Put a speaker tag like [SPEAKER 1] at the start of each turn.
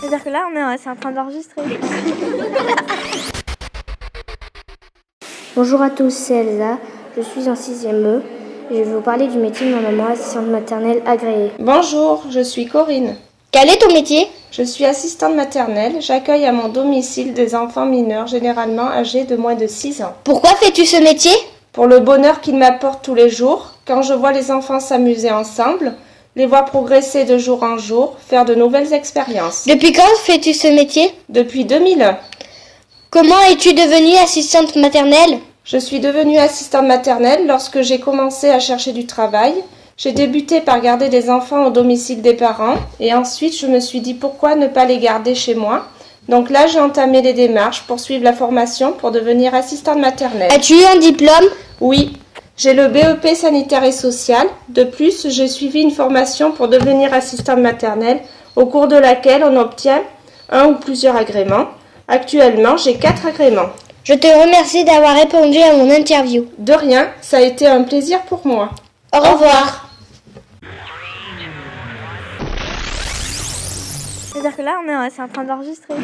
[SPEAKER 1] C'est-à-dire que là, on est, c'est en train d'enregistrer.
[SPEAKER 2] Bonjour à tous, c'est Elsa. Je suis en 6e E. Je vais vous parler du métier de ma maman assistante maternelle agréée.
[SPEAKER 3] Bonjour, je suis Corinne.
[SPEAKER 4] Quel est ton métier
[SPEAKER 3] Je suis assistante maternelle. J'accueille à mon domicile des enfants mineurs, généralement âgés de moins de 6 ans.
[SPEAKER 4] Pourquoi fais-tu ce métier
[SPEAKER 3] Pour le bonheur qu'il m'apporte tous les jours, quand je vois les enfants s'amuser ensemble, les voir progresser de jour en jour, faire de nouvelles expériences.
[SPEAKER 4] Depuis quand fais-tu ce métier
[SPEAKER 3] Depuis 2001,
[SPEAKER 4] Comment es-tu devenue assistante maternelle
[SPEAKER 3] je suis devenue assistante maternelle lorsque j'ai commencé à chercher du travail. J'ai débuté par garder des enfants au domicile des parents et ensuite je me suis dit pourquoi ne pas les garder chez moi. Donc là, j'ai entamé les démarches pour suivre la formation pour devenir assistante maternelle.
[SPEAKER 4] As-tu eu un diplôme
[SPEAKER 3] Oui, j'ai le BEP sanitaire et social. De plus, j'ai suivi une formation pour devenir assistante maternelle au cours de laquelle on obtient un ou plusieurs agréments. Actuellement, j'ai quatre agréments.
[SPEAKER 4] Je te remercie d'avoir répondu à mon interview.
[SPEAKER 3] De rien, ça a été un plaisir pour moi.
[SPEAKER 4] Au revoir.
[SPEAKER 1] C'est-à-dire que là, on est, c'est en train d'enregistrer.